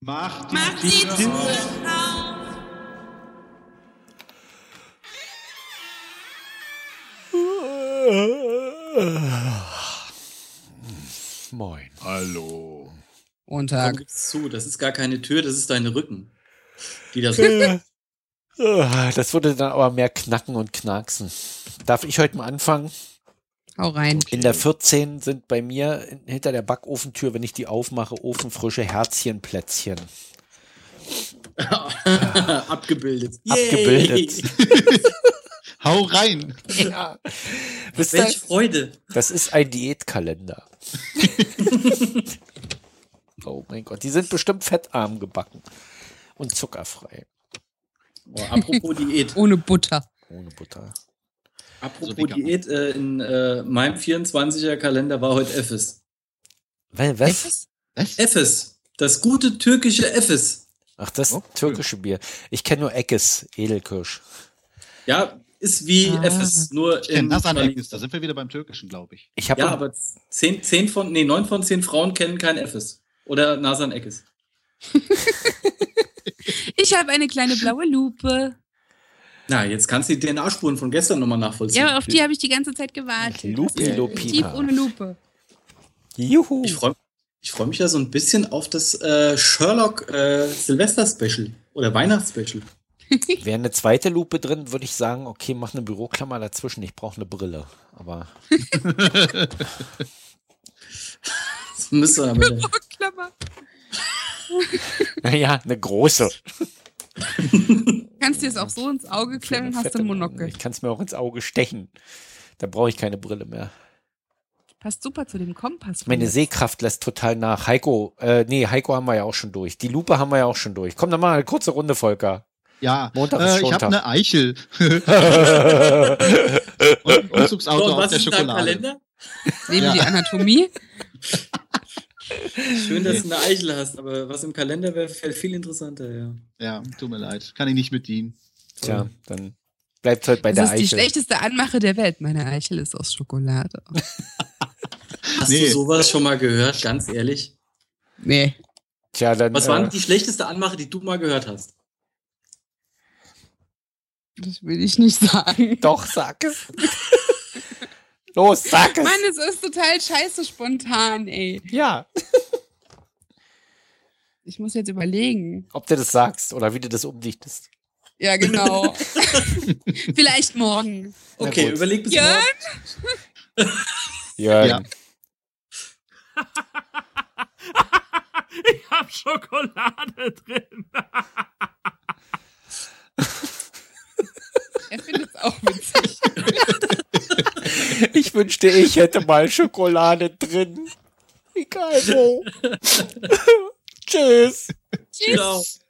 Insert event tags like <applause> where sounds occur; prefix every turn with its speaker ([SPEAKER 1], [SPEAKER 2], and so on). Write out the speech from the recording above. [SPEAKER 1] Mach die,
[SPEAKER 2] Mach die
[SPEAKER 1] Tür
[SPEAKER 2] Tür
[SPEAKER 1] auf.
[SPEAKER 2] auf.
[SPEAKER 3] Moin.
[SPEAKER 4] Hallo.
[SPEAKER 5] Guten
[SPEAKER 6] Komm,
[SPEAKER 5] Tag.
[SPEAKER 6] gib's zu, das ist gar keine Tür, das ist dein Rücken. Die das
[SPEAKER 3] Äh, Das würde dann aber mehr knacken und knarksen. Darf ich heute mal anfangen?
[SPEAKER 5] Hau rein.
[SPEAKER 3] In der 14 sind bei mir in- hinter der Backofentür, wenn ich die aufmache, ofenfrische Herzchenplätzchen.
[SPEAKER 6] <laughs> abgebildet. Yay.
[SPEAKER 3] Abgebildet.
[SPEAKER 1] Hau rein.
[SPEAKER 3] Ja. Wisst ihr,
[SPEAKER 6] Welch Freude.
[SPEAKER 3] das ist ein
[SPEAKER 6] <laughs>
[SPEAKER 3] Diätkalender. oh mein Gott, die sind bestimmt fettarm gebacken und zuckerfrei,
[SPEAKER 6] Oh, apropos Diät.
[SPEAKER 5] Ohne Butter.
[SPEAKER 3] ohne Butter.
[SPEAKER 6] <laughs> Apropos
[SPEAKER 1] vegan.
[SPEAKER 6] Diät, äh, in äh, meinem 24er Kalender war heute Efes.
[SPEAKER 3] Wel- Was?
[SPEAKER 1] Äh,
[SPEAKER 6] Efes. Das gute türkische Efes.
[SPEAKER 3] Ach, das
[SPEAKER 4] Oh, cool.
[SPEAKER 3] türkische Bier. Ich kenne nur Eckes, Edelkirsch.
[SPEAKER 6] Ja, ist wie
[SPEAKER 5] Ah.
[SPEAKER 6] Efes, nur
[SPEAKER 1] Ich kenn
[SPEAKER 6] in
[SPEAKER 1] das an
[SPEAKER 6] Quali-
[SPEAKER 1] Eckes. Da sind wir wieder beim Türkischen, glaube ich.
[SPEAKER 3] Ich habe
[SPEAKER 6] Ja, aber zehn, zehn von, nee, neun von zehn Frauen kennen kein Efes. Oder Nasan Eckes.
[SPEAKER 5] Ich habe eine kleine blaue Lupe.
[SPEAKER 6] Na, jetzt kannst du die DNA-Spuren von gestern nochmal nachvollziehen.
[SPEAKER 5] Ja, auf die habe ich die ganze Zeit gewartet.
[SPEAKER 3] Lupi
[SPEAKER 5] Tief
[SPEAKER 3] Lupina.
[SPEAKER 5] ohne Lupe.
[SPEAKER 3] Juhu.
[SPEAKER 6] Ich freue ich freu mich ja so ein bisschen auf das äh, Sherlock äh, Silvester-Special oder Weihnachts-Special.
[SPEAKER 3] Wäre eine zweite Lupe drin, würde ich sagen, okay, mach eine Büroklammer dazwischen, ich brauche eine Brille.
[SPEAKER 5] <laughs>
[SPEAKER 3] Aber
[SPEAKER 6] Das
[SPEAKER 1] <laughs>
[SPEAKER 6] müsste aber
[SPEAKER 5] Klammer.
[SPEAKER 3] naja, eine große.
[SPEAKER 5] Kannst dir es auch so ins Auge klemmen, hast du
[SPEAKER 3] Fette-
[SPEAKER 5] Monokel.
[SPEAKER 3] Ich kann es mir auch ins Auge stechen. Da brauche ich keine Brille mehr.
[SPEAKER 5] Passt super zu dem Kompass.
[SPEAKER 3] Meine Sehkraft lässt total nach. Heiko, äh, nee, Heiko haben wir ja auch schon durch. Die Lupe haben wir ja auch schon durch. Komm, dann mal eine kurze Runde, Volker.
[SPEAKER 1] Ja,
[SPEAKER 3] Montag ist
[SPEAKER 1] äh, ich
[SPEAKER 3] Schontag.
[SPEAKER 1] habe eine <laughs> Eichel und ein Umzugsauto
[SPEAKER 6] Doch,
[SPEAKER 1] auf
[SPEAKER 6] was
[SPEAKER 1] der
[SPEAKER 6] ist in deinem
[SPEAKER 1] Schokolade.
[SPEAKER 6] Kalender?
[SPEAKER 5] Neben
[SPEAKER 1] Ja.
[SPEAKER 5] die Anatomie.
[SPEAKER 6] Schön, dass du eine Eichel hast, aber was im Kalender wäre, fällt viel interessanter, ja.
[SPEAKER 1] Ja, tut mir leid. Kann ich nicht mit dienen.
[SPEAKER 3] Tja, dann bleibt halt <laughs> bei
[SPEAKER 5] Mhm. Das ist
[SPEAKER 3] der
[SPEAKER 5] die
[SPEAKER 3] Eichel.
[SPEAKER 5] schlechteste Anmache der Welt. Meine Eichel ist aus Schokolade.
[SPEAKER 6] Hast
[SPEAKER 1] Nee.
[SPEAKER 6] du sowas schon mal gehört, ganz ehrlich?
[SPEAKER 5] Nee.
[SPEAKER 3] Tja, dann,
[SPEAKER 6] Was war denn
[SPEAKER 3] äh,
[SPEAKER 6] die schlechteste Anmache, die du mal gehört hast?
[SPEAKER 5] Das will ich nicht sagen.
[SPEAKER 3] Doch, sag es. <laughs> Los, sag es.
[SPEAKER 5] Mann, es ist total scheiße spontan, ey.
[SPEAKER 3] ja,
[SPEAKER 5] Ich muss jetzt überlegen.
[SPEAKER 3] ob du das sagst oder wie du das umdichtest.
[SPEAKER 5] Ja,
[SPEAKER 3] <laughs>
[SPEAKER 5] genau. Vielleicht morgen.
[SPEAKER 3] Na
[SPEAKER 6] Okay,
[SPEAKER 3] gut.
[SPEAKER 6] überleg bis
[SPEAKER 5] Ja?
[SPEAKER 6] morgen.
[SPEAKER 3] Jörn.
[SPEAKER 1] Ja.
[SPEAKER 7] Ich hab Schokolade drin.
[SPEAKER 5] Er findet es auch witzig.
[SPEAKER 3] Ich wünschte, ich hätte mal Schokolade drin. Egal wo. Tschüss.
[SPEAKER 5] Tschüss.
[SPEAKER 6] Ciao.